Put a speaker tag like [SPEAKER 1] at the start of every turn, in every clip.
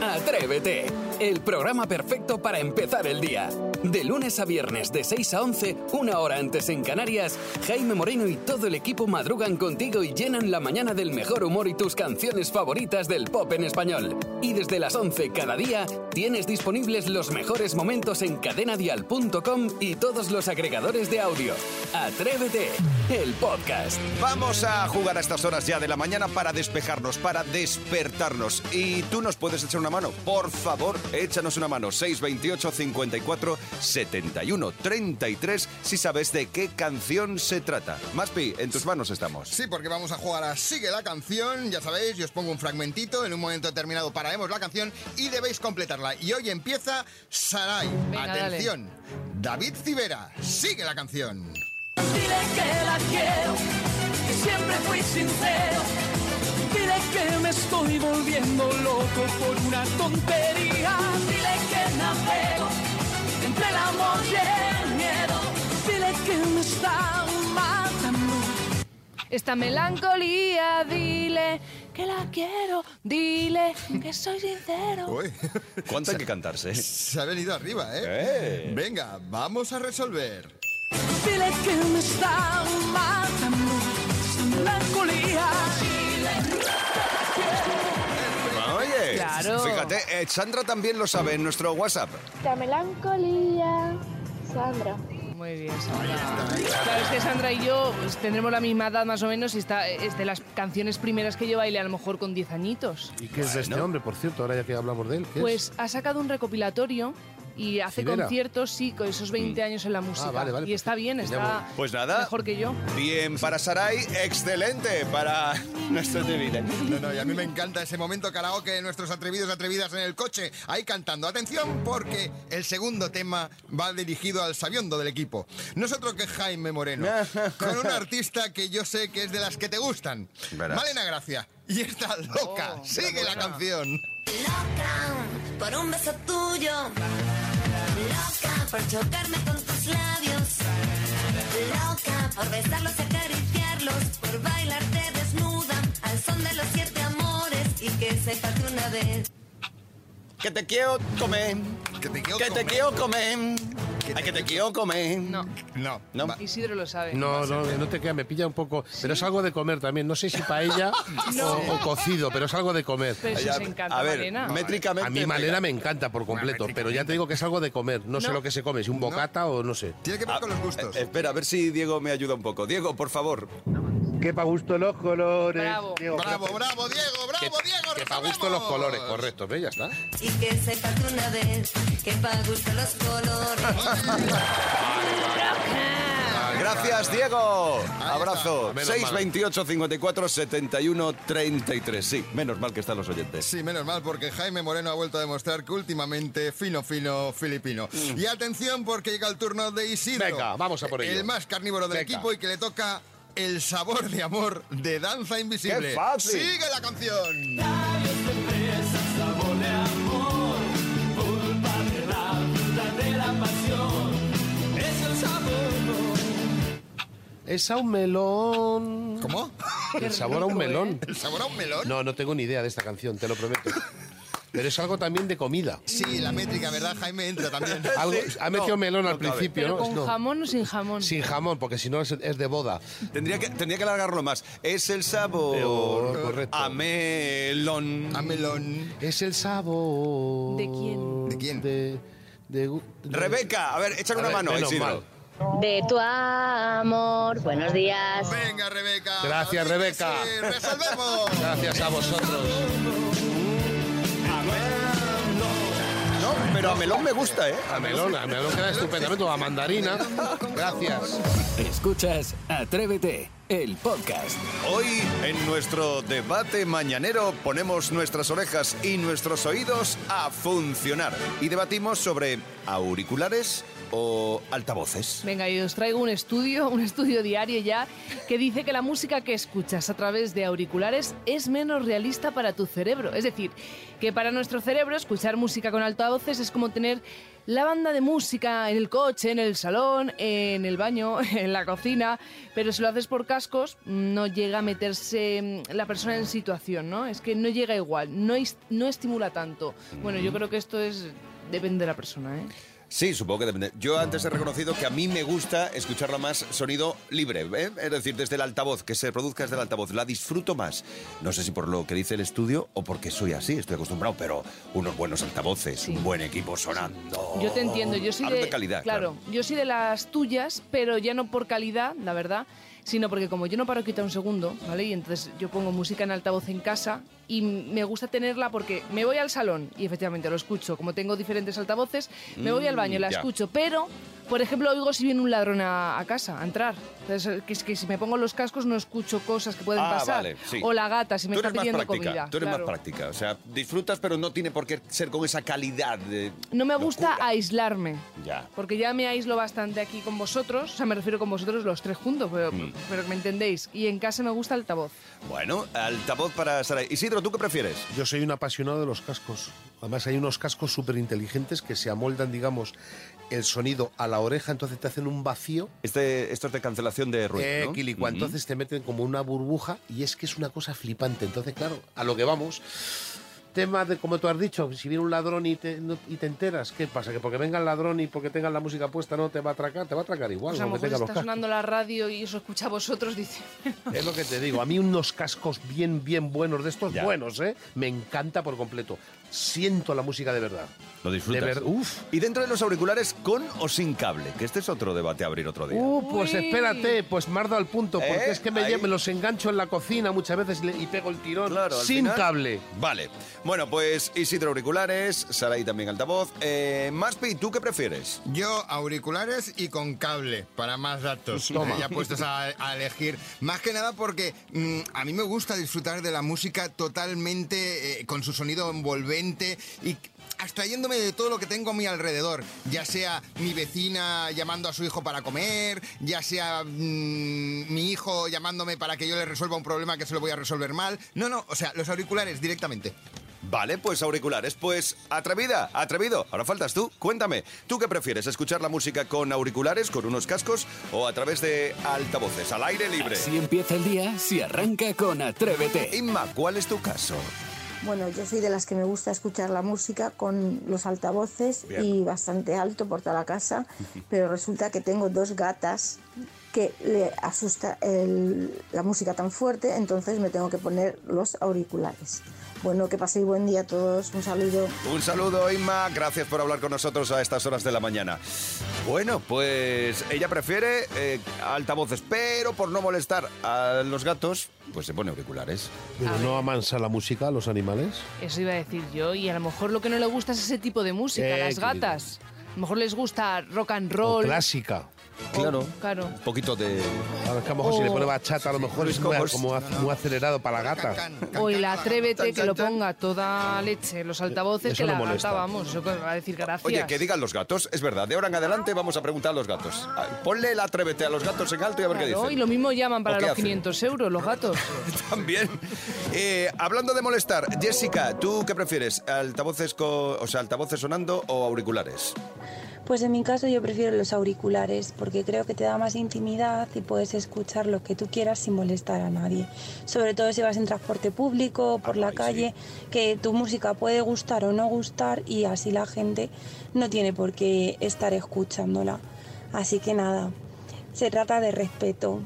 [SPEAKER 1] Atrévete, el programa perfecto para empezar el día. De lunes a viernes de 6 a 11, una hora antes en Canarias, Jaime Moreno y todo el equipo madrugan contigo y llenan la mañana del mejor humor y tus canciones favoritas del pop en español. Y desde las 11 cada día tienes disponibles los mejores momentos en cadenadial.com y todos los agregadores de audio. Atrévete, el podcast.
[SPEAKER 2] Vamos a jugar a estas horas ya de la mañana para despejarnos, para despertarnos. Y tú nos puedes echar una mano. Por favor, échanos una mano. 628 54 71 33 si sabes de qué canción se trata. Maspi, en tus manos estamos.
[SPEAKER 3] Sí, porque vamos a jugar a Sigue la canción, ya sabéis, yo os pongo un fragmentito, en un momento determinado pararemos la canción y debéis completarla. Y hoy empieza Sarai.
[SPEAKER 4] Venga,
[SPEAKER 3] Atención, David Civera, sigue la canción.
[SPEAKER 5] Dile que la quiero, que siempre fui sincero. Dile que me estoy volviendo loco por una tontería. Dile que navego entre el amor y el miedo. Dile que me está matando.
[SPEAKER 4] Esta melancolía, dile que la quiero, dile que soy sincero.
[SPEAKER 3] Uy,
[SPEAKER 2] ¿Cuánto hay que cantarse?
[SPEAKER 3] se ha venido arriba, ¿eh?
[SPEAKER 2] Eh.
[SPEAKER 3] Venga, vamos a resolver.
[SPEAKER 5] Dile que me está matando. Esta melancolía.
[SPEAKER 2] Ah, Oye,
[SPEAKER 4] Claro.
[SPEAKER 2] fíjate, eh, Sandra también lo sabe en nuestro WhatsApp.
[SPEAKER 6] La melancolía. Sandra.
[SPEAKER 4] Muy bien, Sandra. Claro, es que Sandra y yo pues, tendremos la misma edad más o menos y está, es de las canciones primeras que yo bailé a lo mejor con 10 añitos.
[SPEAKER 7] ¿Y qué es de este hombre, por cierto? Ahora ya que hablamos de él, ¿qué
[SPEAKER 4] Pues ha sacado un recopilatorio y hace
[SPEAKER 7] Civera.
[SPEAKER 4] conciertos, sí, con esos 20 años en la música.
[SPEAKER 7] Mm. Ah,
[SPEAKER 3] Ah,
[SPEAKER 7] vale, vale,
[SPEAKER 4] y está bien,
[SPEAKER 7] pues ya
[SPEAKER 4] está
[SPEAKER 7] voy.
[SPEAKER 2] Pues nada.
[SPEAKER 4] mejor que yo.
[SPEAKER 2] Bien para Sarai, excelente para nuestro David.
[SPEAKER 3] No, no, y a mí me encanta ese momento karaoke de nuestros atrevidos y atrevidas en el coche, ahí cantando. Atención, porque el segundo tema va dirigido al sabiondo del equipo. Nosotros que Jaime Moreno, con un artista que yo sé que es de las que te gustan.
[SPEAKER 2] Verás.
[SPEAKER 3] Malena Gracia. Y está loca. Sigue la canción.
[SPEAKER 8] Loca por un beso tuyo. Loca por chocarme con tus labios. Loca por besarlos y acariciarlos. Por bailarte desnuda al son de los siete amores. Y que sepa que una vez.
[SPEAKER 2] Que te quiero comer.
[SPEAKER 3] Que te quiero
[SPEAKER 2] Que te
[SPEAKER 3] comer.
[SPEAKER 2] quiero comer. Ay, que te quiero comer.
[SPEAKER 4] No,
[SPEAKER 3] No,
[SPEAKER 2] No.
[SPEAKER 3] va-
[SPEAKER 4] Isidro lo sabe.
[SPEAKER 7] No, no, no te queda, me pilla un poco. Pero es algo de comer también. No sé si paella o, o cocido, pero es algo de comer.
[SPEAKER 4] Pero si
[SPEAKER 2] Ya,
[SPEAKER 4] se encanta,
[SPEAKER 2] a ver,
[SPEAKER 4] Malena.
[SPEAKER 2] métricamente.
[SPEAKER 7] A mí Malena me encanta por completo, pero ya te digo que es algo de comer. No, sé
[SPEAKER 4] No.
[SPEAKER 7] lo que se come, si un bocata o no sé.
[SPEAKER 3] Tiene que ver con los gustos.
[SPEAKER 2] Eh, espera, a ver si Diego me ayuda un poco. Diego, por favor.
[SPEAKER 9] Que pa' gusto los colores.
[SPEAKER 4] Bravo.
[SPEAKER 9] Diego,
[SPEAKER 3] Bravo, bravo, Diego, bravo, Diego.
[SPEAKER 7] Que para gusto los
[SPEAKER 3] resolvemos.
[SPEAKER 7] colores, correcto, ¿ves? Ya está.
[SPEAKER 8] Y que sepa que una vez. Que pa' gusto los colores.
[SPEAKER 2] Gracias, Diego.
[SPEAKER 3] está.
[SPEAKER 2] Abrazo.
[SPEAKER 7] Menos
[SPEAKER 2] 628 54 71 33. Sí, menos mal que están los oyentes.
[SPEAKER 3] Sí, menos mal, porque Jaime Moreno ha vuelto a demostrar que últimamente fino, fino, filipino. Y atención, porque llega el turno de Isidro.
[SPEAKER 7] Mm. Venga, vamos a por ello.
[SPEAKER 3] El más carnívoro del
[SPEAKER 7] Venga.
[SPEAKER 3] equipo y que le toca el sabor de amor de Danza Invisible.
[SPEAKER 2] ¡Qué fácil!
[SPEAKER 3] ¡Sigue la canción!
[SPEAKER 7] Es a un melón.
[SPEAKER 3] ¿Cómo?
[SPEAKER 7] El sabor a
[SPEAKER 4] ¿eh?
[SPEAKER 7] un
[SPEAKER 2] ¿eh?
[SPEAKER 7] melón.
[SPEAKER 3] ¿El sabor a un melón?
[SPEAKER 7] No, no tengo ni idea de esta canción, te lo prometo. Pero es algo también de comida.
[SPEAKER 3] Sí, la métrica, ¿verdad? Jaime entra también.
[SPEAKER 7] Algo, ha metido melón al
[SPEAKER 2] cabe.
[SPEAKER 7] principio,
[SPEAKER 4] Pero
[SPEAKER 7] ¿no?
[SPEAKER 4] con
[SPEAKER 7] No.
[SPEAKER 4] jamón o sin jamón.
[SPEAKER 7] Sin jamón, porque si no es, es de boda.
[SPEAKER 2] Tendría que, tendría que alargarlo más. Es el sabor.
[SPEAKER 7] Peor, correcto.
[SPEAKER 2] A melón.
[SPEAKER 3] A melón.
[SPEAKER 7] Es el sabor.
[SPEAKER 4] ¿De quién?
[SPEAKER 3] ¿De quién?
[SPEAKER 7] De. de, gu- de-
[SPEAKER 2] Rebeca, a ver, échale
[SPEAKER 7] A
[SPEAKER 2] una
[SPEAKER 7] ver,
[SPEAKER 2] mano,
[SPEAKER 7] menos
[SPEAKER 2] Isidro.
[SPEAKER 7] mal.
[SPEAKER 6] De tu amor. Buenos días.
[SPEAKER 3] Venga, Rebeca.
[SPEAKER 7] Gracias,
[SPEAKER 3] Dime
[SPEAKER 7] Rebeca.
[SPEAKER 3] sí, resolvemos.
[SPEAKER 7] Gracias a vosotros.
[SPEAKER 2] No, pero a melón me gusta, ¿eh?
[SPEAKER 7] A melón, a melón queda estupendamente. o A mandarina. Gracias.
[SPEAKER 1] Escuchas Atrévete, el podcast.
[SPEAKER 2] Hoy, en nuestro debate mañanero, ponemos nuestras orejas y nuestros oídos a funcionar y debatimos sobre auriculares o altavoces.
[SPEAKER 4] Venga, y os traigo un estudio, un estudio diario ya, que dice que la música que escuchas a través de auriculares es menos realista para tu cerebro. Es decir, que para nuestro cerebro escuchar música con altavoces es como tener la banda de música en el coche, en el salón, en el baño, en la cocina, pero si lo haces por cascos no llega a meterse mm, la persona en situación, ¿no? Es que no llega igual, no, es- no estimula tanto. Bueno, yo creo que esto es depende de la persona, ¿eh?
[SPEAKER 2] Sí, supongo que depende. Yo antes he reconocido que a mí me gusta escucharla más sonido libre, ¿eh? es decir, desde el altavoz, que se produzca desde el altavoz. La disfruto más. No sé si por lo que dice el estudio o porque soy así, estoy acostumbrado, pero unos buenos altavoces, un buen equipo sonando.
[SPEAKER 4] Yo te entiendo, yo soy
[SPEAKER 2] Hablo
[SPEAKER 4] de,
[SPEAKER 2] de calidad.
[SPEAKER 4] Claro, yo soy de las tuyas, pero ya no por calidad, la verdad, sino porque como yo no paro quita un segundo, ¿vale? Y entonces yo pongo música en altavoz en casa y m- me gusta tenerla porque me voy al salón y efectivamente lo escucho, como tengo diferentes altavoces, me voy al baño,
[SPEAKER 2] Mm,
[SPEAKER 4] la
[SPEAKER 2] ya.
[SPEAKER 4] escucho, pero por ejemplo oigo si viene un ladrón a, a casa, a entrar. Entonces, eh, que es que si me pongo los cascos no escucho cosas que pueden
[SPEAKER 2] Ah,
[SPEAKER 4] pasar.
[SPEAKER 2] vale, sí.
[SPEAKER 4] O la gata si me
[SPEAKER 2] tú
[SPEAKER 4] está
[SPEAKER 2] eres más
[SPEAKER 4] pidiendo
[SPEAKER 2] práctica,
[SPEAKER 4] comida.
[SPEAKER 2] tú eres
[SPEAKER 4] claro.
[SPEAKER 2] más práctica. O sea, disfrutas, pero no tiene por qué ser con esa calidad de...
[SPEAKER 4] No me gusta aislarme.
[SPEAKER 2] Ya.
[SPEAKER 4] Porque ya me aíslo bastante aquí con vosotros, o sea, me refiero con vosotros los tres juntos, pero, pero me entendéis. Y en casa me gusta el altavoz.
[SPEAKER 2] Bueno, altavoz para Sara. Isidro, ¿tú qué prefieres?
[SPEAKER 7] Yo soy un apasionado de los cascos. Además hay unos cascos súper inteligentes que se amoldan, digamos, el sonido a la oreja, entonces te hacen un vacío.
[SPEAKER 2] Este, esto es de cancelación de ruido,
[SPEAKER 7] eh,
[SPEAKER 2] ¿no?
[SPEAKER 7] quilicua.
[SPEAKER 2] Ujú.
[SPEAKER 7] Entonces te meten como una burbuja y es que es una cosa flipante. Entonces, claro, a lo que vamos. Tema de, como tú has dicho, si viene un ladrón y te, no- y te enteras, ¿qué pasa? Que porque venga el ladrón y porque tengas la música puesta no te va a atracar, te va a atracar igual.
[SPEAKER 4] O sea, Pues
[SPEAKER 7] aunque
[SPEAKER 4] a lo mejor
[SPEAKER 7] tenga los
[SPEAKER 4] está
[SPEAKER 7] cascos.
[SPEAKER 4] sonando la radio y os escucha a vosotros, dice.
[SPEAKER 7] Es lo que te digo. A mí unos cascos bien, bien buenos, de estos
[SPEAKER 2] Ya.
[SPEAKER 7] buenos, ¿eh? Me encanta por completo. Siento la música de verdad.
[SPEAKER 2] Lo disfrutas.
[SPEAKER 7] De ver- uf.
[SPEAKER 2] Y dentro de los auriculares, con o sin cable, que este es otro debate a abrir otro día.
[SPEAKER 7] Uh, pues
[SPEAKER 4] Uy.
[SPEAKER 7] espérate, pues mardo al punto, porque
[SPEAKER 2] ¿Eh?
[SPEAKER 7] es que me,
[SPEAKER 2] Ahí.
[SPEAKER 7] lle- me los engancho en la cocina muchas veces y le- y pego el tirón
[SPEAKER 2] Claro, al
[SPEAKER 7] sin
[SPEAKER 2] final-
[SPEAKER 7] cable.
[SPEAKER 2] Vale. Bueno, pues Isidro auriculares, Sarai también altavoz. Eh, Maspi, ¿tú qué prefieres?
[SPEAKER 3] Yo auriculares y con cable para más datos.
[SPEAKER 7] Toma.
[SPEAKER 3] Ya puestos a, a elegir. Más que nada porque mm, a mí me gusta disfrutar de la música totalmente eh, con su sonido envolvente y abstrayéndome de todo lo que tengo a mi alrededor, ya sea mi vecina llamando a su hijo para comer, ya sea mm, mi hijo llamándome para que yo le resuelva un problema que se lo voy a resolver mal. No, no, o sea, los auriculares directamente.
[SPEAKER 2] Vale, pues auriculares. Pues atrevida, atrevido. Ahora faltas tú. Cuéntame, ¿tú qué prefieres? ¿Escuchar la música con auriculares, con unos cascos o a través de altavoces, al aire libre?
[SPEAKER 1] Si empieza el día, si arranca con Atrévete.
[SPEAKER 2] Inma, ¿cuál es tu caso?
[SPEAKER 10] Bueno, yo soy de las que me gusta escuchar la música con los altavoces
[SPEAKER 2] Bien.
[SPEAKER 10] y bastante alto por toda la casa, pero resulta que tengo dos gatas que le asusta el- la música tan fuerte, entonces me tengo que poner los auriculares. Bueno, que paséis buen día a todos, un saludo.
[SPEAKER 2] Un saludo, Inma. Gracias por hablar con nosotros a estas horas de la mañana. Bueno, pues ella prefiere eh, altavoces, pero por no molestar a los gatos, pues se pone auriculares.
[SPEAKER 7] Pero
[SPEAKER 4] A
[SPEAKER 7] no amansa la música a los animales.
[SPEAKER 4] Eso iba a decir yo, y a lo mejor lo que no le gusta es ese tipo de música,
[SPEAKER 7] Eh,
[SPEAKER 4] las
[SPEAKER 7] querido.
[SPEAKER 4] gatas. A lo mejor les gusta rock and
[SPEAKER 7] O
[SPEAKER 4] roll.
[SPEAKER 7] clásica.
[SPEAKER 4] o- Claro.
[SPEAKER 2] Un poquito de...
[SPEAKER 7] Ahora es que a lo mejor si
[SPEAKER 4] O-
[SPEAKER 7] le pone bachata, a lo mejor
[SPEAKER 2] Luis
[SPEAKER 7] es muy,
[SPEAKER 2] Cobos.
[SPEAKER 7] como ac- muy acelerado para la
[SPEAKER 3] Can,
[SPEAKER 7] gata.
[SPEAKER 3] can, can,
[SPEAKER 4] O
[SPEAKER 3] can,
[SPEAKER 4] el
[SPEAKER 3] can,
[SPEAKER 4] atrévete
[SPEAKER 3] can,
[SPEAKER 4] que
[SPEAKER 3] can,
[SPEAKER 4] lo
[SPEAKER 3] can.
[SPEAKER 4] ponga a toda leche, los altavoces,
[SPEAKER 7] Eso
[SPEAKER 4] que
[SPEAKER 7] no
[SPEAKER 4] la
[SPEAKER 7] molesta.
[SPEAKER 4] gata, vamos, eso que va a decir gracias.
[SPEAKER 2] Oye, que digan los gatos, es verdad. De ahora en adelante vamos a preguntar a los gatos. Ah, Ponle el atrévete a los gatos en alto y a ver qué
[SPEAKER 4] Claro,
[SPEAKER 2] dicen.
[SPEAKER 4] y lo mismo llaman
[SPEAKER 2] ¿O
[SPEAKER 4] para
[SPEAKER 2] qué
[SPEAKER 4] los
[SPEAKER 2] hacen?
[SPEAKER 4] 500 euros, los gatos.
[SPEAKER 2] También. Eh, hablando de molestar, Jessica, ¿tú qué prefieres? ¿Altavoces, co- o sea, altavoces sonando o auriculares?
[SPEAKER 11] Pues en mi caso yo prefiero los auriculares porque creo que te da más intimidad y puedes escuchar lo que tú quieras sin molestar a nadie. Sobre todo si vas en transporte público o por
[SPEAKER 2] Ah,
[SPEAKER 11] la
[SPEAKER 2] ahí sí.
[SPEAKER 11] calle, que tu música puede gustar o no gustar y así la gente no tiene por qué estar escuchándola. Así que nada, se trata de respeto.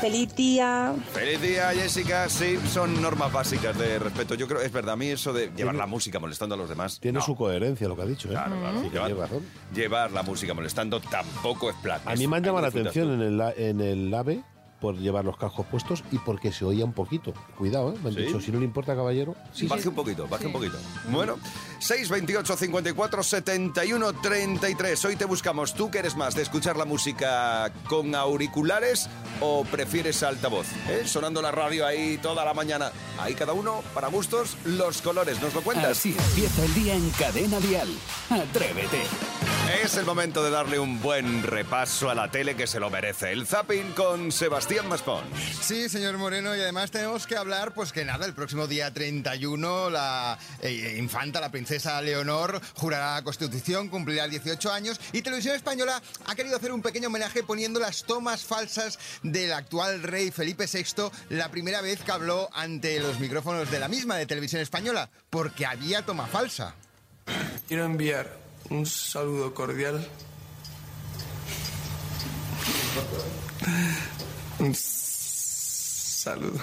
[SPEAKER 11] Feliz día.
[SPEAKER 2] Feliz día, Jessica. Sí, son normas básicas de respeto. Yo creo, es verdad, a mí eso de llevar la música molestando a los demás.
[SPEAKER 7] Tiene
[SPEAKER 2] no.
[SPEAKER 7] su coherencia lo que ha dicho, ¿eh?
[SPEAKER 2] Claro, claro.
[SPEAKER 7] Sí que
[SPEAKER 2] Llevar,
[SPEAKER 7] tiene razón.
[SPEAKER 2] llevar la música molestando tampoco es plan.
[SPEAKER 7] A mí me han llamado la atención
[SPEAKER 2] Tú.
[SPEAKER 7] en el, a- en el AVE por llevar los cascos puestos y porque se oía un poquito. Cuidado, ¿eh? Me han
[SPEAKER 2] ¿Sí?
[SPEAKER 7] dicho, si no le importa, caballero. Sí,
[SPEAKER 2] baje
[SPEAKER 4] sí.
[SPEAKER 2] un poquito, baje
[SPEAKER 4] Sí.
[SPEAKER 2] un poquito. Bueno, 628 54 71 33. Hoy te buscamos. ¿Tú qué eres más de escuchar la música con auriculares o prefieres altavoz? ¿Eh? Sonando la radio ahí toda la mañana. Ahí cada uno, para gustos, los colores. ¿Nos lo cuentas?
[SPEAKER 1] Así empieza el día en Cadena Dial. Atrévete.
[SPEAKER 2] Es el momento de darle un buen repaso a la tele que se lo merece. El zapping con Sebastián Maspón.
[SPEAKER 3] Sí, señor Moreno, y además tenemos que hablar, pues que nada, el próximo día 31 la eh, infanta, la princesa Leonor, jurará la Constitución, cumplirá 18 años y Televisión Española ha querido hacer un pequeño homenaje poniendo las tomas falsas del actual rey Felipe VI la primera vez que habló ante los micrófonos de la misma de Televisión Española, porque había toma falsa.
[SPEAKER 12] Quiero enviar un saludo cordial. Un saludo.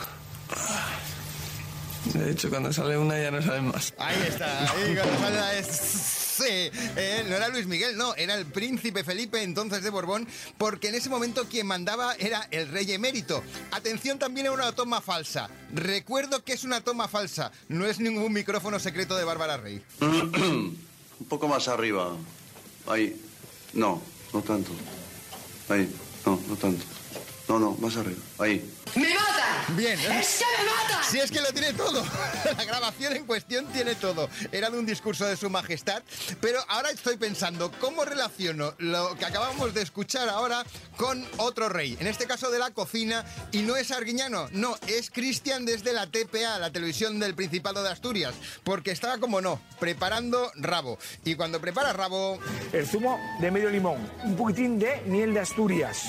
[SPEAKER 12] De hecho, cuando sale una ya no saben más.
[SPEAKER 3] Ahí está, ahí cuando sale la es- sí, eh, no era Luis Miguel, no, era el príncipe Felipe entonces de Borbón, porque en ese momento quien mandaba era el rey emérito. Atención también a una toma falsa. Recuerdo que es una toma falsa, no es ningún micrófono secreto de Bárbara Rey.
[SPEAKER 13] Un poco más arriba. Ahí. No, no tanto. Ahí. No, no tanto. No, no, más arriba. Ahí.
[SPEAKER 3] ¡Me mata! Bien.
[SPEAKER 5] ¡Es que
[SPEAKER 3] me mata! Si es que lo tiene todo. La grabación en cuestión tiene todo. Era de un discurso de su majestad. Pero ahora estoy pensando, ¿cómo relaciono lo que acabamos de escuchar ahora con otro rey? En este caso de la cocina. Y no es Arguiñano, no, es Cristian desde la TPA, la televisión del Principado de Asturias. Porque estaba, como no, preparando rabo. Y cuando prepara rabo...
[SPEAKER 14] El zumo de medio limón, un poquitín de miel de Asturias.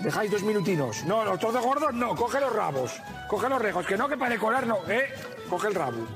[SPEAKER 14] Dejáis dos minutinos. No, no, todos gordos no. Coge los rabos. Coge los rejos. Que no, que para decorar no. ¿Eh? Coge el rabo.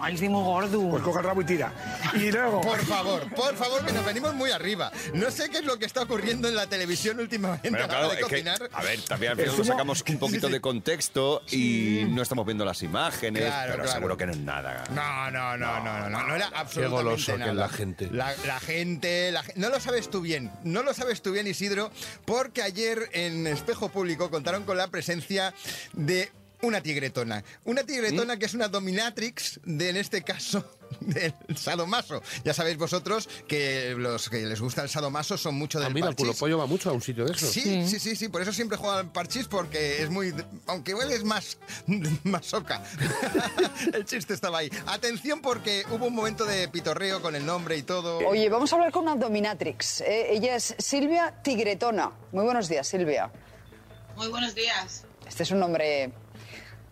[SPEAKER 14] Ay, estoy muy gordo. Pues coge el rabo y tira. Y luego...
[SPEAKER 3] Por favor, por favor, que nos venimos muy arriba. No sé qué es lo que está ocurriendo en la televisión últimamente
[SPEAKER 2] Pero
[SPEAKER 3] a la hora
[SPEAKER 2] claro,
[SPEAKER 3] de
[SPEAKER 2] es que,
[SPEAKER 3] cocinar.
[SPEAKER 2] a ver, también al
[SPEAKER 3] El
[SPEAKER 2] final lo
[SPEAKER 3] zumo-
[SPEAKER 2] sacamos un poquito de contexto y no estamos viendo las imágenes,
[SPEAKER 3] Claro,
[SPEAKER 2] pero
[SPEAKER 3] claro.
[SPEAKER 2] seguro que no es nada.
[SPEAKER 3] No, no, no, no, no, no, no era absolutamente
[SPEAKER 7] goloso que
[SPEAKER 3] nada.
[SPEAKER 7] es la gente.
[SPEAKER 3] La, la gente, la gen- no lo sabes tú bien, no lo sabes tú bien, Isidro, porque ayer en Espejo Público contaron con la presencia de una tigretona. Una
[SPEAKER 7] ¿Mm?
[SPEAKER 3] tigretona que es una dominatrix, de, en este caso, del sadomaso. Ya sabéis vosotros que los que les gusta el sadomaso son mucho del
[SPEAKER 7] Ah, mira, el
[SPEAKER 3] parchís.
[SPEAKER 7] culo pollo va mucho a un sitio de esos.
[SPEAKER 3] Sí, sí, sí, sí, por eso siempre juega al parchís porque es muy... Aunque igual es más... más soca. el chiste estaba ahí. Atención porque hubo un momento de pitorreo con el nombre y todo.
[SPEAKER 15] Oye, vamos a hablar con una dominatrix. ¿eh? Ella es Silvia Tigretona. Muy buenos días, Silvia.
[SPEAKER 16] Muy buenos días.
[SPEAKER 15] Este es un nombre,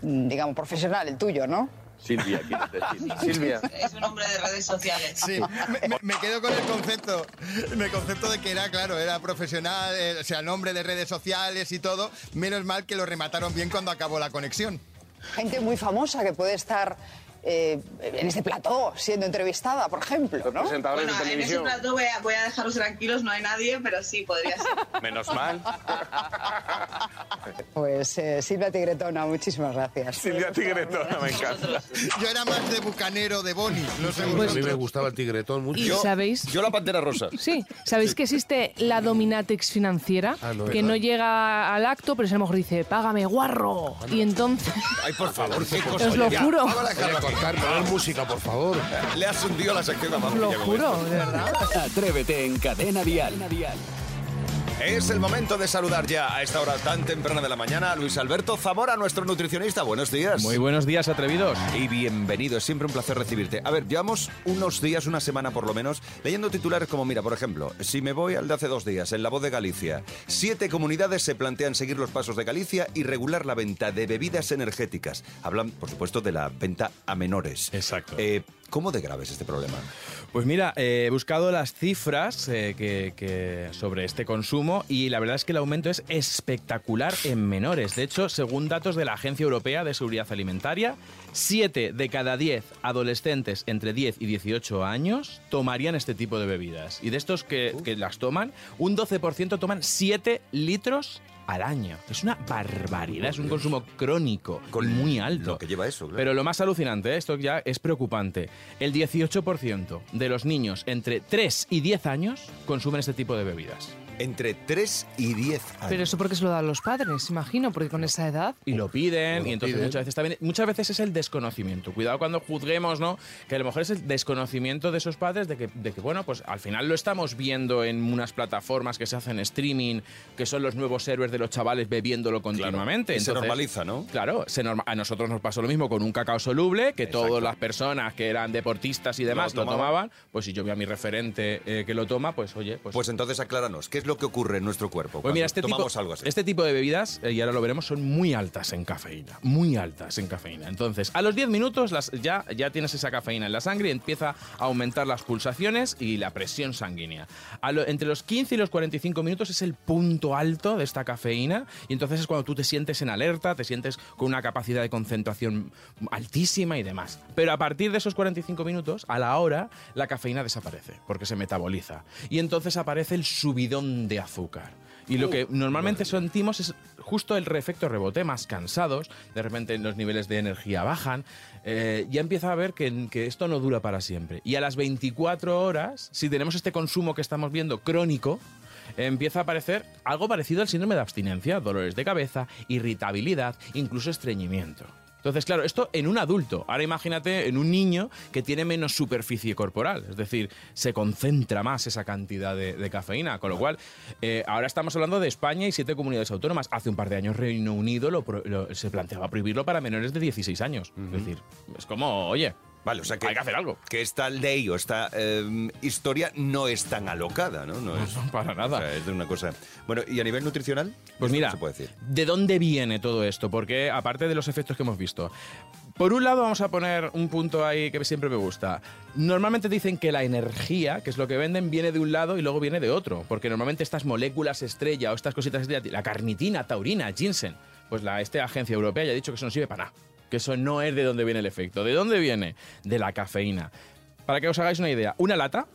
[SPEAKER 15] mm, digamos, profesional, el tuyo, ¿no?
[SPEAKER 17] Silvia, quieres decir. Silvia.
[SPEAKER 16] Es un hombre de redes sociales.
[SPEAKER 3] Sí, me, me- me quedo con el concepto, me concepto de que era, claro, era profesional, eh, o sea, nombre de redes sociales y todo. Menos mal que lo remataron bien cuando acabó la conexión.
[SPEAKER 15] Gente muy famosa que puede estar eh, en este plató siendo entrevistada, por ejemplo, ¿no?
[SPEAKER 16] Bueno, en ese plato voy a, voy a dejaros tranquilos, no hay nadie, pero sí podría ser.
[SPEAKER 17] Menos mal.
[SPEAKER 15] Pues eh, Silvia Tigretona, muchísimas gracias.
[SPEAKER 17] Silvia Tigretona, me encanta.
[SPEAKER 3] Yo era más de bucanero de Boni, no sé
[SPEAKER 7] a mí
[SPEAKER 3] vosotros.
[SPEAKER 7] me gustaba el tigretón mucho.
[SPEAKER 4] ¿Y Yo- sabéis?
[SPEAKER 2] Yo la pantera rosa.
[SPEAKER 4] Sí, ¿sabéis que existe la dominatrix financiera?
[SPEAKER 2] Ah, no,
[SPEAKER 4] que
[SPEAKER 2] verdad.
[SPEAKER 4] no llega al acto, pero si a lo mejor dice, págame guarro. Y entonces...
[SPEAKER 2] Ay, por favor, qué cosa.
[SPEAKER 4] Os lo
[SPEAKER 2] Ya,
[SPEAKER 4] juro.
[SPEAKER 2] vamos a dejarlo aquí.
[SPEAKER 7] música, por favor.
[SPEAKER 2] Le has hundido la sección a Pablo
[SPEAKER 1] Lo
[SPEAKER 2] Guillermo.
[SPEAKER 1] juro, de verdad. Atrévete en Cadena Dial.
[SPEAKER 2] Es el momento de saludar ya a esta hora tan temprana de la mañana a Luis Alberto Zamora, nuestro nutricionista. Buenos días.
[SPEAKER 18] Muy buenos días, atrevidos.
[SPEAKER 2] Y bienvenido, es siempre un placer recibirte. A ver, llevamos unos días, una semana por lo menos, leyendo titulares como, mira, por ejemplo, si me voy al de hace dos días, en La Voz de Galicia, siete comunidades se plantean seguir los pasos de Galicia y regular la venta de bebidas energéticas. Hablan, por supuesto, de la venta a menores. Exacto. ¿Cómo de grave es este problema?
[SPEAKER 18] Pues mira, eh, he buscado las cifras eh, que, que- sobre este consumo y la verdad es que el aumento es espectacular en menores. De hecho, según datos de la Agencia Europea de Seguridad Alimentaria, 7 de cada 10 adolescentes entre 10 y 18 años tomarían este tipo de bebidas. Y de estos que, que las toman, un 12% toman 7 litros al año. Es una barbaridad, es un consumo crónico muy alto.
[SPEAKER 2] Lo que lleva eso, claro.
[SPEAKER 18] Pero lo más alucinante, ¿eh? esto ya es preocupante. El 18% de los niños entre 3 y 10 años consumen este tipo de bebidas.
[SPEAKER 2] entre 3 y 10 años.
[SPEAKER 4] Pero eso porque se lo dan los padres, imagino, porque con esa edad.
[SPEAKER 18] y lo piden, y entonces
[SPEAKER 4] piden.
[SPEAKER 18] muchas veces también, muchas veces es el desconocimiento. Cuidado cuando juzguemos, ¿no? Que a lo mejor es el desconocimiento de esos padres de que, de que, bueno, pues al final lo estamos viendo en unas plataformas que se hacen streaming, que son los nuevos héroes de los chavales bebiéndolo continuamente.
[SPEAKER 2] Y se
[SPEAKER 18] Entonces,
[SPEAKER 2] normaliza, ¿no?
[SPEAKER 18] Claro, se norma- a nosotros nos pasó lo mismo con un cacao soluble, que todas las personas que eran deportistas y demás
[SPEAKER 2] Lo
[SPEAKER 18] lo,
[SPEAKER 2] tomaban.
[SPEAKER 18] tomaban. Pues si yo veo a mi referente eh, que lo toma, pues oye, pues...
[SPEAKER 2] Pues entonces acláranos, ¿qué es lo que ocurre en nuestro cuerpo
[SPEAKER 18] Pues
[SPEAKER 2] cuando
[SPEAKER 18] mira, este tipo,
[SPEAKER 2] tomamos algo así?
[SPEAKER 18] este tipo de bebidas, eh, y ahora lo veremos, son muy altas en cafeína. Muy altas en cafeína. Entonces, a los 10 minutos las- ya, ya tienes esa cafeína en la sangre y empieza a aumentar las pulsaciones y la presión sanguínea. A lo- entre los 15 y los 45 minutos es el punto alto de esta cafeína y entonces es cuando tú te sientes en alerta, te sientes con una capacidad de concentración altísima y demás. Pero a partir de esos 45 minutos, a la hora, la cafeína desaparece porque se metaboliza. Y entonces aparece el subidón de azúcar. Y lo que normalmente sentimos es justo el re- efecto rebote, más cansados, de repente los niveles de energía bajan, eh, ya empieza a ver que, que esto no dura para siempre. Y a las 24 horas, si tenemos este consumo que estamos viendo crónico, empieza a aparecer algo parecido al síndrome de abstinencia, dolores de cabeza, irritabilidad, incluso estreñimiento. Entonces, claro, esto en un adulto. Ahora imagínate en un niño que tiene menos superficie corporal, es decir, se concentra más esa cantidad de, de cafeína. Con lo cual, eh, ahora estamos hablando de España y siete comunidades autónomas. Hace un par de años Reino Unido lo pro- lo- se planteaba prohibirlo para menores de 16 años. Es decir, es como, oye,
[SPEAKER 2] Vale, o sea que
[SPEAKER 18] hay que hacer algo.
[SPEAKER 2] Que esta ley o esta eh, historia no es tan alocada, ¿no? No, es,
[SPEAKER 18] para nada.
[SPEAKER 2] es de una cosa. Bueno, ¿y a nivel nutricional?
[SPEAKER 18] Pues
[SPEAKER 2] ¿Esto
[SPEAKER 18] mira,
[SPEAKER 2] qué se puede decir?
[SPEAKER 18] ¿De dónde viene todo esto? Porque aparte de los efectos que hemos visto. Por un lado vamos a poner un punto ahí que siempre me gusta. Normalmente dicen que la energía, que es lo que venden, viene de un lado y luego viene de otro. Porque normalmente estas moléculas estrella o estas cositas estrella, la carnitina, taurina, ginseng, pues la esta agencia europea ya ha dicho que eso no sirve para nada. Que eso no es de dónde viene el efecto. ¿De dónde viene? De la cafeína. Para que os hagáis una idea, una lata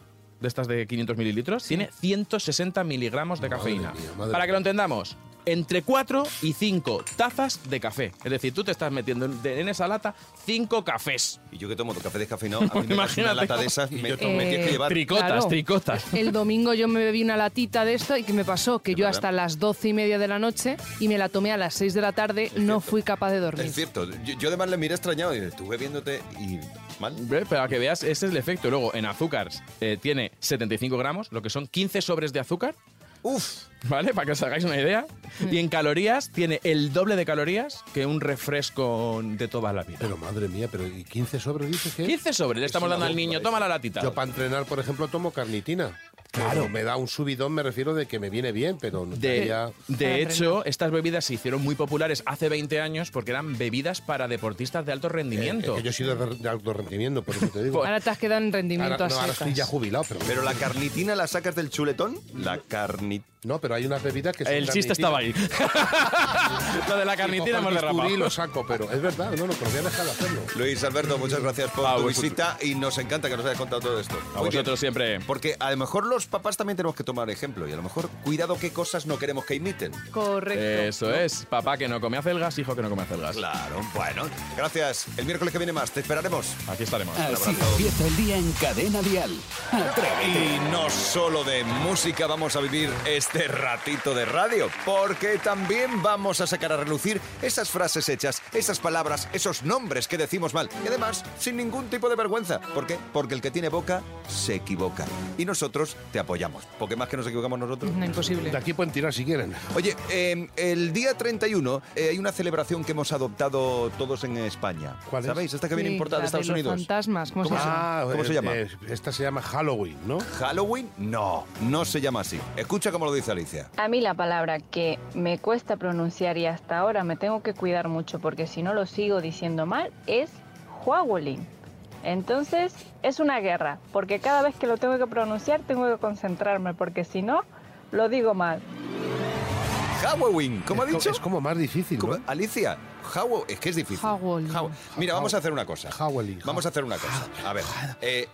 [SPEAKER 18] de estas de 500 mililitros tiene 160 miligramos de cafeína.
[SPEAKER 7] mía, madre
[SPEAKER 18] Para que lo entendamos, entre 4 y 5 tazas de café. Es decir, tú te estás metiendo en- en esa lata 5 cafés. Pues
[SPEAKER 2] Y yo que tomo café descafeinado, a mí me das
[SPEAKER 18] Imagínate.
[SPEAKER 2] una lata de esas, me, me tienes que
[SPEAKER 4] Eh,
[SPEAKER 2] llevar.
[SPEAKER 18] Tricotas,
[SPEAKER 4] Claro.
[SPEAKER 18] tricotas.
[SPEAKER 4] El domingo yo me bebí una latita de esto y ¿qué me pasó? Que yo
[SPEAKER 2] verdad.
[SPEAKER 4] hasta las doce y media de la noche y me la tomé a las seis de la tarde, no fui capaz de dormir.
[SPEAKER 2] Es cierto, yo, yo además le miré extrañado y dije, tú bebiéndote y mal.
[SPEAKER 18] Ve, Para que veas, ese es el efecto. Luego, en azúcar eh, tiene 75 gramos, lo que son 15 sobres de azúcar.
[SPEAKER 2] ¡Uf!
[SPEAKER 18] ¿Vale? Para que os hagáis una idea. Y en calorías tiene el doble de calorías que un refresco de toda la vida.
[SPEAKER 7] Pero madre mía, pero ¿y 15 sobres dices que?
[SPEAKER 18] 15 sobres le
[SPEAKER 7] Es
[SPEAKER 18] estamos
[SPEAKER 7] una
[SPEAKER 18] dando al
[SPEAKER 7] bomba,
[SPEAKER 18] niño,
[SPEAKER 7] es-
[SPEAKER 18] toma la latita.
[SPEAKER 7] Yo para entrenar, por ejemplo, tomo carnitina. Claro. Me da un subidón, me refiero de que me viene bien, pero no
[SPEAKER 18] De,
[SPEAKER 7] estaría-
[SPEAKER 18] de hecho, estas bebidas se hicieron muy populares hace 20 años porque eran bebidas para deportistas de alto rendimiento.
[SPEAKER 7] Eh, que yo he sido de, de alto rendimiento, por eso te digo.
[SPEAKER 4] Ahora te has quedado en rendimiento
[SPEAKER 7] Ahora-
[SPEAKER 4] a
[SPEAKER 7] no, ahora estoy
[SPEAKER 4] secas.
[SPEAKER 7] ya jubilado, pero...
[SPEAKER 2] Pero la carnitina la sacas del chuletón, la carnitina.
[SPEAKER 7] No, pero hay unas bebidas que son
[SPEAKER 18] El chiste estaba ahí.
[SPEAKER 7] carnitinas.
[SPEAKER 18] Lo de la
[SPEAKER 7] Sí,
[SPEAKER 18] carnitina
[SPEAKER 7] cojo
[SPEAKER 18] hemos
[SPEAKER 7] el bisturí
[SPEAKER 18] derrapado.
[SPEAKER 7] y lo saco, pero es verdad, no, no, pero voy a dejar de hacerlo.
[SPEAKER 2] Luis Alberto, muchas gracias por
[SPEAKER 18] A
[SPEAKER 2] tu
[SPEAKER 18] vosotros.
[SPEAKER 2] visita y nos encanta que nos hayas contado todo esto.
[SPEAKER 18] Ah, pues, A
[SPEAKER 2] Muy bien.
[SPEAKER 18] vosotros siempre.
[SPEAKER 2] Porque a lo mejor los papás también tenemos que tomar ejemplo y a lo mejor cuidado qué cosas no queremos que imiten.
[SPEAKER 4] Correcto.
[SPEAKER 18] Eso es. Papá que no come acelgas, hijo que no come acelgas.
[SPEAKER 2] Claro, bueno. Gracias. El miércoles que viene más. Te esperaremos.
[SPEAKER 18] Aquí estaremos.
[SPEAKER 1] Así empieza el día en cadena dial. Atrévete.
[SPEAKER 2] Y no solo de música vamos a vivir este ratito de radio, porque también vamos a sacar a relucir esas frases hechas, esas palabras, esos nombres que decimos mal. Y además, sin ningún tipo de vergüenza. ¿Por qué? Porque el que tiene boca se equivoca. Y nosotros te apoyamos. Porque más que nos equivocamos nosotros.
[SPEAKER 4] No, imposible.
[SPEAKER 7] De aquí pueden tirar si quieren.
[SPEAKER 2] Oye, eh, el día 31 eh, hay una celebración que hemos adoptado todos en España.
[SPEAKER 7] ¿Cuál es?
[SPEAKER 2] ¿Sabéis? Esta que viene
[SPEAKER 4] Sí,
[SPEAKER 2] importada de
[SPEAKER 4] la de
[SPEAKER 2] Estados
[SPEAKER 4] los
[SPEAKER 2] Unidos.
[SPEAKER 4] fantasmas, ¿cómo, se llama?
[SPEAKER 7] Ah,
[SPEAKER 2] ¿Cómo se llama?
[SPEAKER 7] eh, esta se llama Halloween, ¿no?
[SPEAKER 2] ¿Halloween? No, no se llama así. Escucha cómo lo dice Alicia.
[SPEAKER 19] A mí la palabra que me cuesta pronunciar y hasta ahora me tengo que cuidar mucho porque si no lo sigo diciendo mal es Huawolin. Entonces es una guerra porque cada vez que lo tengo que pronunciar tengo que concentrarme porque si no lo digo mal.
[SPEAKER 2] Halloween, ¿cómo ha
[SPEAKER 7] Es co-
[SPEAKER 2] dicho?
[SPEAKER 7] Es como más difícil, ¿no?
[SPEAKER 2] ¿Cómo? Alicia, Hallow- es que es difícil.
[SPEAKER 4] Howell.
[SPEAKER 2] How- Mira, vamos a hacer una cosa.
[SPEAKER 7] Halloween.
[SPEAKER 2] Vamos a hacer una cosa. A ver, eh,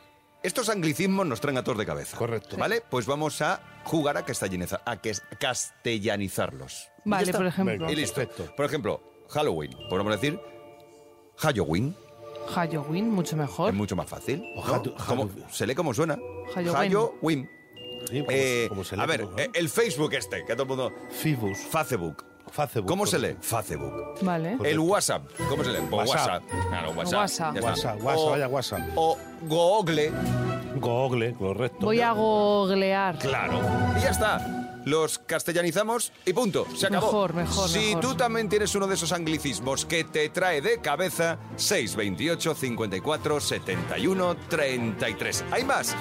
[SPEAKER 2] estos anglicismos nos traen a todos de cabeza.
[SPEAKER 7] Correcto.
[SPEAKER 2] ¿Vale? Pues vamos a jugar a, castellaniza- a que- castellanizarlos. Y ya
[SPEAKER 4] Vale,
[SPEAKER 2] está.
[SPEAKER 4] por ejemplo.
[SPEAKER 2] Y listo. Por ejemplo, Halloween, podemos decir Halloween,
[SPEAKER 4] Halloween, mucho mejor.
[SPEAKER 2] es mucho más fácil.
[SPEAKER 7] O
[SPEAKER 2] ¿no?
[SPEAKER 7] Hatu-
[SPEAKER 2] Como- se lee como suena.
[SPEAKER 4] Halloween.
[SPEAKER 2] Halloween. Eh, a ver, eh, el Facebook este, que todo el mundo...
[SPEAKER 7] Facebook.
[SPEAKER 2] Facebook. ¿Cómo se lee? Facebook.
[SPEAKER 4] Vale.
[SPEAKER 2] El WhatsApp. ¿Cómo se lee? Pues WhatsApp.
[SPEAKER 7] Pues WhatsApp.
[SPEAKER 2] Claro, WhatsApp.
[SPEAKER 4] ¿Eh? WhatsApp.
[SPEAKER 2] Ya está.
[SPEAKER 7] WhatsApp, WhatsApp,
[SPEAKER 2] O-
[SPEAKER 7] vaya WhatsApp.
[SPEAKER 2] O Google.
[SPEAKER 7] Google, correcto.
[SPEAKER 4] Voy a googlear.
[SPEAKER 2] Claro. Y ya está. Los castellanizamos y punto. Se acabó.
[SPEAKER 4] Mejor, mejor,
[SPEAKER 2] Si
[SPEAKER 4] mejor.
[SPEAKER 2] tú también tienes uno de esos anglicismos que te trae de cabeza, 628 54 71 33. Hay más.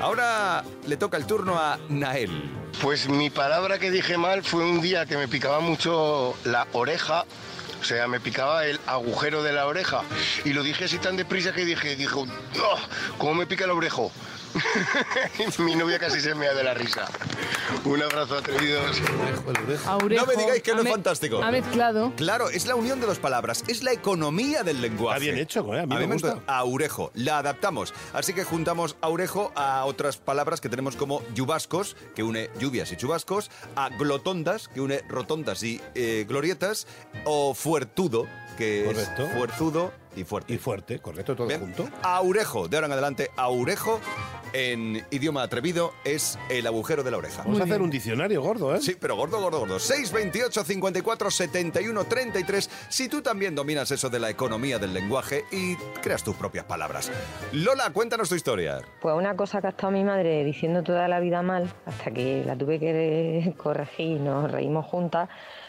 [SPEAKER 2] Ahora le toca el turno a Nael.
[SPEAKER 20] Pues mi palabra que dije mal fue un día que me picaba mucho la oreja, o sea, me picaba el agujero de la oreja. Y lo dije así tan deprisa que dije, dijo, "Oh, ¿cómo me pica el orejo? mi novia casi se mea de la risa. Un abrazo atrevidos.
[SPEAKER 2] No me digáis que no es fantástico.
[SPEAKER 4] Ha mezclado.
[SPEAKER 2] Claro, es la unión de dos palabras, es la economía del lenguaje.
[SPEAKER 7] bien hecho, ¿eh? A mí me gusta.
[SPEAKER 2] Aurejo, la adaptamos. Así que juntamos aurejo a otras palabras que tenemos como lluvascos, que une lluvias y chubascos, a glotondas, que une rotondas y eh, glorietas, o fuertudo, que
[SPEAKER 7] Correcto.
[SPEAKER 2] es fuerzudo y fuerte.
[SPEAKER 7] Y fuerte, correcto, todo
[SPEAKER 2] Bien.
[SPEAKER 7] junto.
[SPEAKER 2] Aurejo, de ahora en adelante, aurejo, en idioma atrevido, es el agujero de la oreja.
[SPEAKER 7] Vamos a hacer un diccionario gordo, ¿eh?
[SPEAKER 2] Sí, pero gordo, gordo, gordo. 628 54 71 33. Si tú también dominas eso de la economía del lenguaje y creas tus propias palabras. Lola, cuéntanos tu historia.
[SPEAKER 21] Pues una cosa que ha estado mi madre diciendo toda la vida mal, hasta que la tuve que corregir y nos reímos juntas,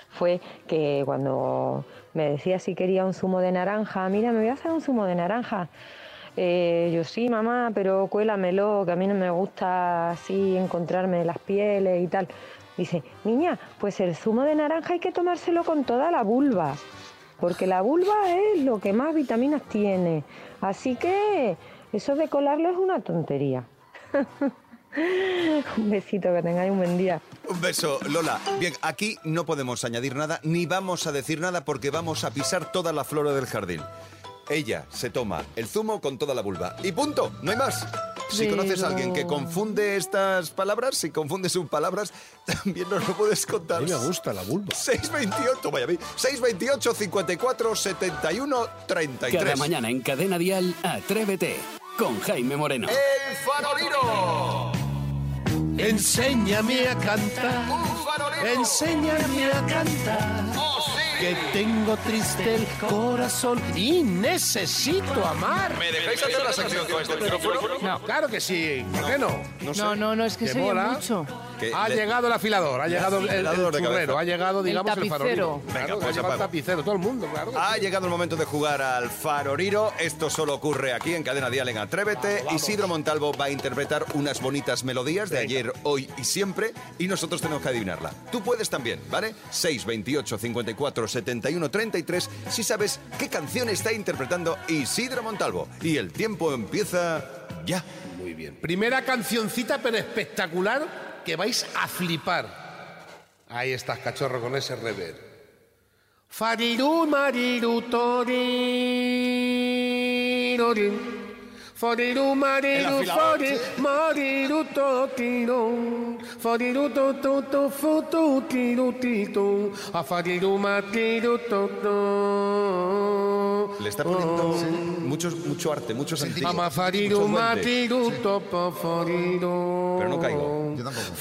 [SPEAKER 21] fue que cuando me decía si quería un zumo de naranja, mira, me voy a hacer un zumo de naranja. Eh, yo sí, mamá, pero cuélamelo, que a mí no me gusta así encontrarme las pieles y tal. Dice, niña, pues el zumo de naranja hay que tomárselo con toda la vulva, porque la vulva es lo que más vitaminas tiene. Así que eso de colarlo es una tontería. un besito, que tengáis un buen día.
[SPEAKER 2] Un beso, Lola. Bien, aquí no podemos añadir nada ni vamos a decir nada porque vamos a pisar toda la flora del jardín. Ella se toma el zumo con toda la vulva. Y punto, no hay más. Si
[SPEAKER 4] Pero-
[SPEAKER 2] conoces a alguien que confunde estas palabras, si confunde sus palabras, también nos lo puedes contar.
[SPEAKER 7] A mí me gusta la vulva.
[SPEAKER 2] 628, vaya bien. 628 54 71 33.
[SPEAKER 1] Cada mañana en Cadena Dial, Atrévete con Jaime Moreno.
[SPEAKER 2] ¡El farolino!
[SPEAKER 5] Enséñame a cantar, enséñame a cantar, que tengo triste el corazón y necesito amar.
[SPEAKER 2] ¿Me dejáis hacer la sección con este micrófono?
[SPEAKER 7] No. Claro que sí. ¿Por qué no?
[SPEAKER 2] No,
[SPEAKER 4] No, no, no, es que se oye
[SPEAKER 7] mola.
[SPEAKER 4] mucho.
[SPEAKER 2] Que
[SPEAKER 7] ha
[SPEAKER 2] le-
[SPEAKER 7] llegado el afilador, ha
[SPEAKER 2] El
[SPEAKER 7] llegado el, el,
[SPEAKER 2] afilador de
[SPEAKER 7] churrero,
[SPEAKER 2] cabeza.
[SPEAKER 7] ha llegado,
[SPEAKER 4] El
[SPEAKER 7] digamos, el,
[SPEAKER 4] tapicero.
[SPEAKER 7] farolino.
[SPEAKER 2] Venga,
[SPEAKER 7] Claro,
[SPEAKER 2] pues
[SPEAKER 7] ha llegado el
[SPEAKER 2] apago.
[SPEAKER 7] tapicero, todo el mundo, claro. que
[SPEAKER 2] Ha
[SPEAKER 7] sí.
[SPEAKER 2] llegado el momento de jugar al faroriro. Esto solo ocurre aquí en Cadena Dial en Atrévete. Isidro Montalvo va a interpretar unas bonitas melodías de ayer, hoy y siempre. Y nosotros tenemos que adivinarla. Tú puedes también, ¿vale? 628 54 71 33 si sabes qué canción está interpretando Isidro Montalvo. Y el tiempo empieza ya.
[SPEAKER 7] Muy bien. Primera cancioncita, pero espectacular, que vais a flipar. Ahí estás, cachorro, con ese rever.
[SPEAKER 5] Fariru mariru tori rorin. Foriru mariru
[SPEAKER 7] El afilador,
[SPEAKER 5] fori mariru totiro. Foriru to to to fu tu tiru titu. A fariru matiru to to.
[SPEAKER 2] Le está poniendo mucho, mucho arte, mucho sentido.
[SPEAKER 5] Ama
[SPEAKER 2] mucho
[SPEAKER 5] Oh. fariru
[SPEAKER 2] duende.
[SPEAKER 5] matiru topo foriru.
[SPEAKER 2] Pero no caigo.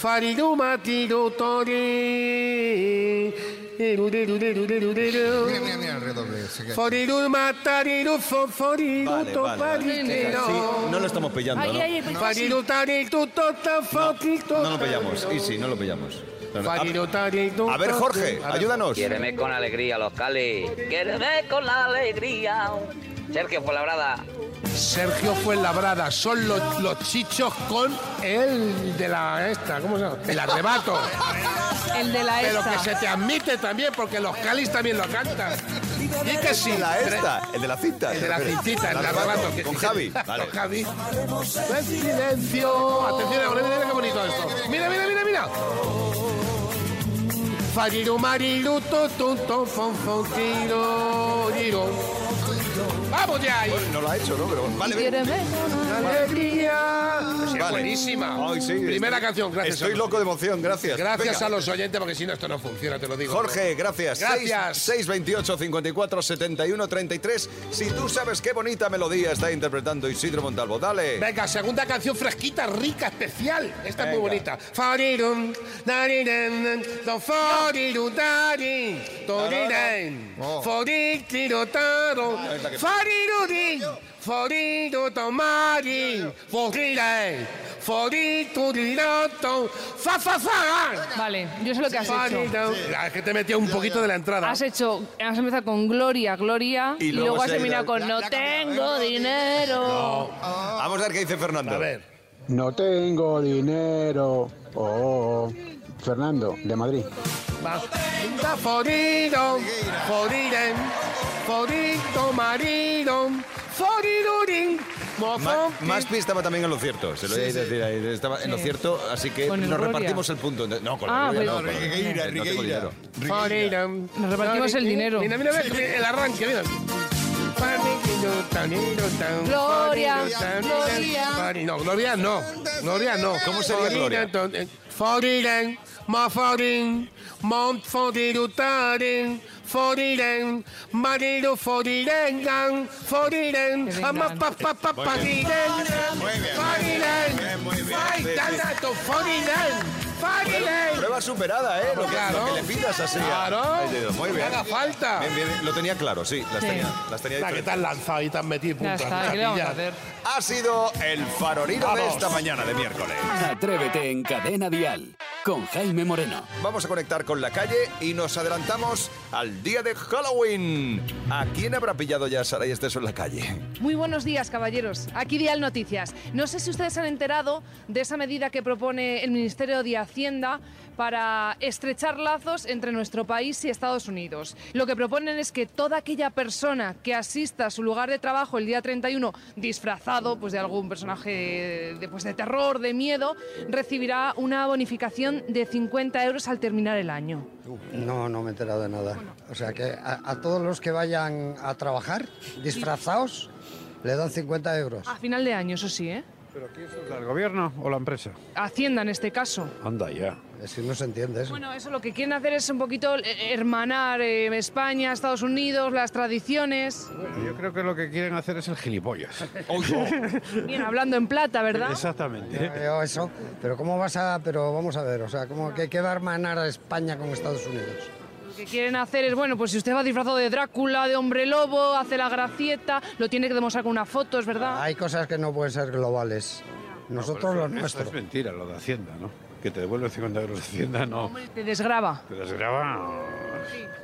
[SPEAKER 5] Fariru matiru tori. Iru, iru, iru, iru, iru.
[SPEAKER 3] Mira, mira, mira alrededor de ese que-
[SPEAKER 5] Foriru matariru fo- foriru
[SPEAKER 2] Vale,
[SPEAKER 5] to
[SPEAKER 2] vale, vale.
[SPEAKER 5] parirero.
[SPEAKER 2] Sí, no lo estamos pillando,
[SPEAKER 4] Ay,
[SPEAKER 2] ¿no?
[SPEAKER 4] ay,
[SPEAKER 7] pues
[SPEAKER 5] pues,
[SPEAKER 4] ay,
[SPEAKER 5] Fariru tariru to ta fo- ti to
[SPEAKER 2] No lo pillamos,
[SPEAKER 5] tariro.
[SPEAKER 2] y sí, no lo pillamos. No, no.
[SPEAKER 5] Fariru
[SPEAKER 2] A,
[SPEAKER 5] tariru
[SPEAKER 2] a ver,
[SPEAKER 5] to-
[SPEAKER 2] Jorge,
[SPEAKER 5] A ver.
[SPEAKER 2] ayúdanos.
[SPEAKER 22] Quiéreme con alegría, los Cali. Quiéreme con la alegría. Sergio Polabrada.
[SPEAKER 7] Sergio Fuenlabrada, son los, los chichos con el de la esta, ¿cómo se llama? El arrebato.
[SPEAKER 4] El de la
[SPEAKER 7] Pero
[SPEAKER 4] esta.
[SPEAKER 7] que se te admite también, porque los calis también lo cantan. Y que sí.
[SPEAKER 2] La
[SPEAKER 7] tres-
[SPEAKER 2] esta, el de la cinta.
[SPEAKER 7] El de la cintita, el de arrebato. que-
[SPEAKER 2] Con
[SPEAKER 7] que-
[SPEAKER 2] Javi. Vale.
[SPEAKER 7] Con Javi. Ven,
[SPEAKER 2] Pues,
[SPEAKER 7] silencio. Atención, ahora mira, mira qué bonito esto. Mira, mira, mira, mira.
[SPEAKER 5] Fariru mariru to to to fo- fo- tiro, tiro. ¡Vamos ya!
[SPEAKER 2] No lo ha hecho, ¿no? Pero vale,
[SPEAKER 5] Alegría.
[SPEAKER 2] ven. Vale.
[SPEAKER 7] buenísima.
[SPEAKER 2] Ay, sí,
[SPEAKER 7] Primera
[SPEAKER 2] estoy-
[SPEAKER 7] canción, gracias.
[SPEAKER 2] Estoy
[SPEAKER 7] a los-
[SPEAKER 2] loco de emoción, gracias.
[SPEAKER 7] Gracias
[SPEAKER 2] Venga.
[SPEAKER 7] a los oyentes, porque si no, esto no funciona, te lo digo.
[SPEAKER 2] Jorge, gracias.
[SPEAKER 7] Gracias.
[SPEAKER 2] 6, 628 54 71 33. Si tú sabes qué bonita melodía está interpretando Isidro Montalvo, dale.
[SPEAKER 7] Venga, segunda canción fresquita, rica, especial. Esta es muy
[SPEAKER 2] Venga.
[SPEAKER 7] bonita. Farirun, darirun, do foriru, darin, doriren,
[SPEAKER 5] Oh.
[SPEAKER 7] forictiro, taro,
[SPEAKER 5] Ah, es la que-
[SPEAKER 7] forirurin, foriru, tomari, foriren, foriturirato, fa, fa, fa.
[SPEAKER 4] Vale, yo sé lo que has hecho.
[SPEAKER 7] Farirun. Ah, Es que te metió un poquito de la entrada.
[SPEAKER 1] Ah,
[SPEAKER 4] Has hecho, has empezado con Gloria, Gloria, y, luego has terminado con No tengo dinero.
[SPEAKER 2] Vamos a ver qué dice Fernando. A ver.
[SPEAKER 8] No tengo dinero. Oh, Fernando, de Madrid.
[SPEAKER 7] Va. Da forido, foriren, forito marido, forirurin, mofo.
[SPEAKER 2] Más pista va también en lo cierto. Se lo voy a
[SPEAKER 7] Sí,
[SPEAKER 2] decir ahí. Estaba en lo
[SPEAKER 7] Sí.
[SPEAKER 2] cierto, así que
[SPEAKER 7] Con el
[SPEAKER 2] nos
[SPEAKER 7] Gloria.
[SPEAKER 2] repartimos el punto. No, con el
[SPEAKER 7] Ah,
[SPEAKER 2] Gloria
[SPEAKER 7] pero-
[SPEAKER 2] no, con el-
[SPEAKER 7] Rigueira,
[SPEAKER 2] no tengo
[SPEAKER 7] Rigueira.
[SPEAKER 2] dinero.
[SPEAKER 7] Foriren.
[SPEAKER 4] Nos repartimos el dinero.
[SPEAKER 7] Mira, mira, mira, el arranque, mira.
[SPEAKER 4] Gloria, Gloria.
[SPEAKER 7] Gloria. No, Gloria no. Gloria no. ¿Cómo
[SPEAKER 2] sería Gloria?
[SPEAKER 7] eh. Foriren, moforin, moforirutarin, foriren, mariru forirengan, foriren, amapapapapariren, foriren, faitanato, foriren, foriren.
[SPEAKER 2] Prueba superada, ¿eh? Lo que,
[SPEAKER 7] Claro.
[SPEAKER 2] lo que le pidas así.
[SPEAKER 7] Claro.
[SPEAKER 2] Ahí te digo, Muy bien.
[SPEAKER 7] Que haga falta.
[SPEAKER 2] Bien, bien, bien. Lo tenía claro, sí. Las
[SPEAKER 7] Sí.
[SPEAKER 2] tenía. Las tenía
[SPEAKER 7] La que te
[SPEAKER 2] diferentes.
[SPEAKER 7] han lanzado y te han metido puntas.
[SPEAKER 1] está, ¿qué le vamos a
[SPEAKER 7] muchachillas.
[SPEAKER 2] Ha sido el farolino de
[SPEAKER 1] Vamos.
[SPEAKER 2] esta mañana de miércoles.
[SPEAKER 1] Atrévete en Cadena Dial con Jaime Moreno.
[SPEAKER 2] Vamos a conectar con la calle y nos adelantamos al día de Halloween. ¿A quién habrá pillado ya Sara y Esteso en la calle?
[SPEAKER 4] Muy buenos días, caballeros. Aquí Dial Noticias. No sé si ustedes se han enterado de esa medida que propone el Ministerio de Hacienda para estrechar lazos entre nuestro país y Estados Unidos. Lo que proponen es que toda aquella persona que asista a su lugar de trabajo el día 31 disfrazado pues, de algún personaje de, pues, de terror, de miedo, recibirá una bonificación de 50 euros al terminar el año.
[SPEAKER 9] No, no me he enterado de nada. O sea que a, a todos los que vayan a trabajar disfrazados le dan 50 euros.
[SPEAKER 4] A final de año, eso sí, ¿eh?
[SPEAKER 9] ¿El gobierno o la empresa?
[SPEAKER 4] Hacienda en este caso.
[SPEAKER 9] Anda ya. Es que no se entiende eso.
[SPEAKER 4] Bueno, eso lo que quieren hacer es un poquito eh, hermanar eh, España, Estados Unidos, las tradiciones.
[SPEAKER 9] Yo creo que lo que quieren hacer es el gilipollas.
[SPEAKER 4] Bien, hablando en plata, ¿verdad?
[SPEAKER 9] Exactamente. veo eso. Pero cómo vas a... Pero vamos a ver, o sea, como que, que va a hermanar a España con Estados Unidos.
[SPEAKER 4] Lo que quieren hacer es, bueno, pues si usted va disfrazado de Drácula, de hombre lobo, hace la gracieta, lo tiene que demostrar con una foto, ¿es verdad?
[SPEAKER 9] Hay cosas que no pueden ser globales. Nosotros
[SPEAKER 23] Pero
[SPEAKER 9] lo
[SPEAKER 23] eso- eso
[SPEAKER 9] nuestro.
[SPEAKER 23] Es mentira lo de Hacienda, ¿no? Que te devuelve 50 euros de Hacienda, no.
[SPEAKER 4] Te desgraba.
[SPEAKER 23] Te desgraba. no.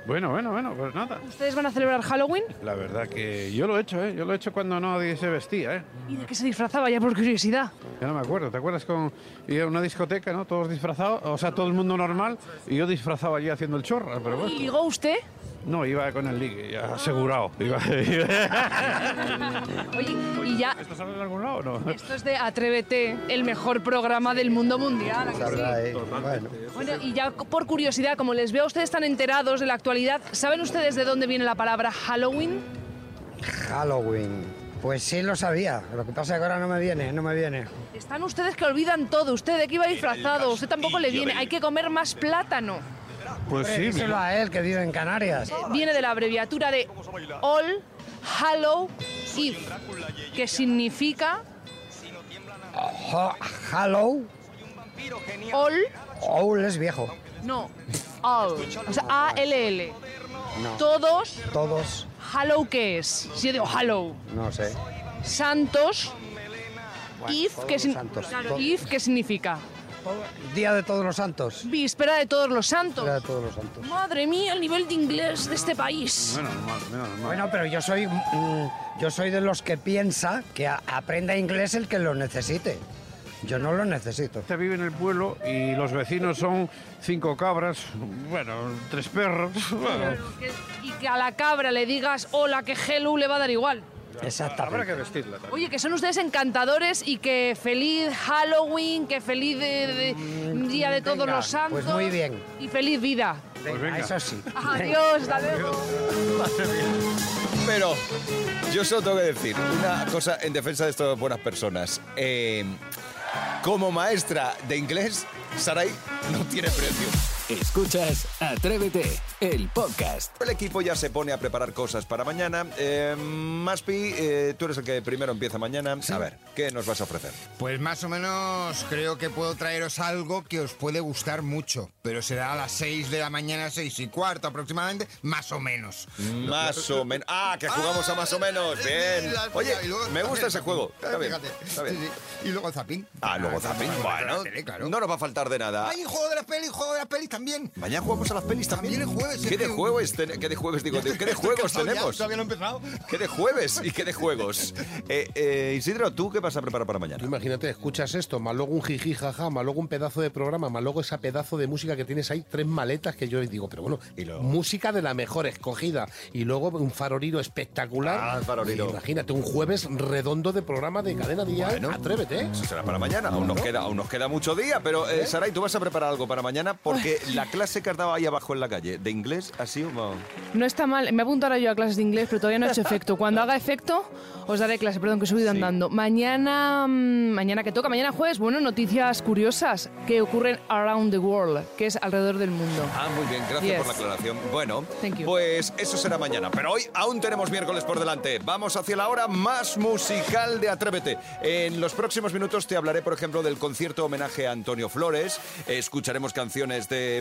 [SPEAKER 23] Bueno, bueno, bueno, pues nada.
[SPEAKER 4] ¿Ustedes van a celebrar Halloween?
[SPEAKER 23] La verdad que yo lo he hecho, ¿eh? Yo lo he hecho cuando nadie se vestía, ¿eh?
[SPEAKER 4] ¿Y de qué se disfrazaba ya por curiosidad?
[SPEAKER 23] Ya no me acuerdo. ¿Te acuerdas con iba a una discoteca, ¿no? Todos disfrazados, o sea, todo el mundo normal, y yo disfrazado allí haciendo el chorra, pero
[SPEAKER 4] ¿Y
[SPEAKER 23] bueno.
[SPEAKER 4] ligó usted?
[SPEAKER 23] No, iba con el ligue, ya asegurado. Iba-
[SPEAKER 4] Ah. Oye, y ya,
[SPEAKER 23] Pues, ¿Esto sale de algún lado o no?
[SPEAKER 4] esto es de Atrévete, el mejor programa del mundo mundial. ¿a que sí? Bueno, y ya por curiosidad, como les veo a ustedes tan enterados de la actualidad, ¿saben ustedes de dónde viene la palabra Halloween?
[SPEAKER 9] Halloween. Pues sí lo sabía. Lo que pasa es que ahora no me viene, no me viene.
[SPEAKER 4] Están ustedes que olvidan todo. Usted de qué iba disfrazado, usted tampoco le viene. Hay que comer más plátano.
[SPEAKER 9] Pues
[SPEAKER 23] sí,
[SPEAKER 9] Díselo a él que vive en Canarias.
[SPEAKER 4] Viene de la abreviatura de All Hallow Eve, que significa
[SPEAKER 9] Ho- Hallow.
[SPEAKER 4] All,
[SPEAKER 9] Owl es viejo.
[SPEAKER 4] no, All, o sea, A-L-L.
[SPEAKER 9] No.
[SPEAKER 4] Todos,
[SPEAKER 9] Todos,
[SPEAKER 4] Hallow, ¿qué es? Si yo digo Hallow,
[SPEAKER 9] no sé.
[SPEAKER 4] Santos,
[SPEAKER 9] Bueno,
[SPEAKER 4] Eve,
[SPEAKER 9] todos
[SPEAKER 4] que,
[SPEAKER 9] los
[SPEAKER 4] sin-
[SPEAKER 9] santos.
[SPEAKER 4] claro,
[SPEAKER 9] Todo-
[SPEAKER 4] Eve, ¿qué significa?
[SPEAKER 9] Día de todos los santos.
[SPEAKER 4] Víspera de todos los santos.
[SPEAKER 9] Día de todos los santos.
[SPEAKER 4] Madre mía, el nivel de inglés de este país.
[SPEAKER 9] Bueno, pero yo soy, mm, yo soy de los que piensa que a- aprenda inglés el que lo necesite. Yo no lo necesito.
[SPEAKER 23] Este vive en el pueblo y los vecinos son cinco cabras, bueno, tres perros. bueno.
[SPEAKER 4] Y que a la cabra le digas hola, que hello, le va a dar igual.
[SPEAKER 9] Exactamente.
[SPEAKER 23] Habrá que vestirla también.
[SPEAKER 4] Oye, que son ustedes encantadores y que feliz Halloween, que feliz de- de- Día de Todos
[SPEAKER 9] Mm, venga,
[SPEAKER 4] los Santos.
[SPEAKER 9] pues muy bien.
[SPEAKER 4] Y feliz vida.
[SPEAKER 9] Venga, Eso sí.
[SPEAKER 4] Adiós, hasta luego.
[SPEAKER 2] Pero yo solo tengo que decir una cosa en defensa de estas buenas personas. Eh, Como maestra de inglés, Sarai no tiene precio.
[SPEAKER 1] Escuchas Atrévete, el podcast.
[SPEAKER 2] El equipo ya se pone a preparar cosas para mañana. Eh, Maspi, eh, tú eres el que primero empieza mañana. A ver, ¿qué nos vas a ofrecer?
[SPEAKER 3] Pues más o menos creo que puedo traeros algo que os puede gustar mucho, pero será a las 6 de la mañana, 6 y cuarto aproximadamente, más o menos.
[SPEAKER 2] Más o menos. Ah, que jugamos a más o menos.
[SPEAKER 3] Ah,
[SPEAKER 2] Bien.
[SPEAKER 3] La-
[SPEAKER 2] Oye,
[SPEAKER 3] y luego- Ah,
[SPEAKER 2] me gusta ese juego. Está bien.
[SPEAKER 3] Fíjate.
[SPEAKER 2] Está bien.
[SPEAKER 3] Sí, sí. Y luego el Zapín.
[SPEAKER 2] Ah, luego Zapín. Bueno, no nos va a faltar de nada.
[SPEAKER 3] Hay juego de las pelis, juego de las pelis también.
[SPEAKER 2] Mañana jugamos a las pelis también.
[SPEAKER 3] También el jueves,
[SPEAKER 2] ¿Qué
[SPEAKER 3] es
[SPEAKER 2] de
[SPEAKER 3] que-
[SPEAKER 2] jueves, ten- qué de jueves digo? ¿Qué de juegos
[SPEAKER 3] cansado ya,
[SPEAKER 2] tenemos?
[SPEAKER 3] todavía no he empezado.
[SPEAKER 2] ¿Qué de jueves y qué de juegos? Eh, eh, Isidro, ¿tú qué vas a preparar para mañana?
[SPEAKER 7] Tú imagínate, escuchas esto, más luego un jiji jaja, más luego un pedazo de programa, más luego esa pedazo de música que tienes ahí, tres maletas que yo digo, pero bueno, música de la mejor escogida y luego un faroriro espectacular.
[SPEAKER 2] Ah, el faroriro.
[SPEAKER 7] Y Imagínate un jueves redondo de programa de cadena día. ¿eh? Atrévete.
[SPEAKER 2] Eso será para mañana. Aún nos queda, aún nos queda mucho día, pero eh, Saray, tú vas a preparar algo para mañana porque la clase que has dado ahí abajo en la calle de inglés ha sido. mo-
[SPEAKER 4] No está mal, me apunto ahora yo a clases de inglés, pero todavía no he hecho efecto. Cuando haga efecto, os daré clase, perdón, que he subido andando. Mañana, mm, mañana que toca, mañana jueves, bueno, noticias curiosas que ocurren around the world, que es alrededor del mundo.
[SPEAKER 2] Ah, muy bien, gracias
[SPEAKER 4] Yes.
[SPEAKER 2] por la aclaración. Bueno,
[SPEAKER 4] Thank you.
[SPEAKER 2] pues eso será mañana, pero hoy aún tenemos miércoles por delante. Vamos hacia la hora más musical de Atrévete. En los próximos minutos te hablaré, por ejemplo, del concierto homenaje a Antonio Flores. Escucharemos canciones de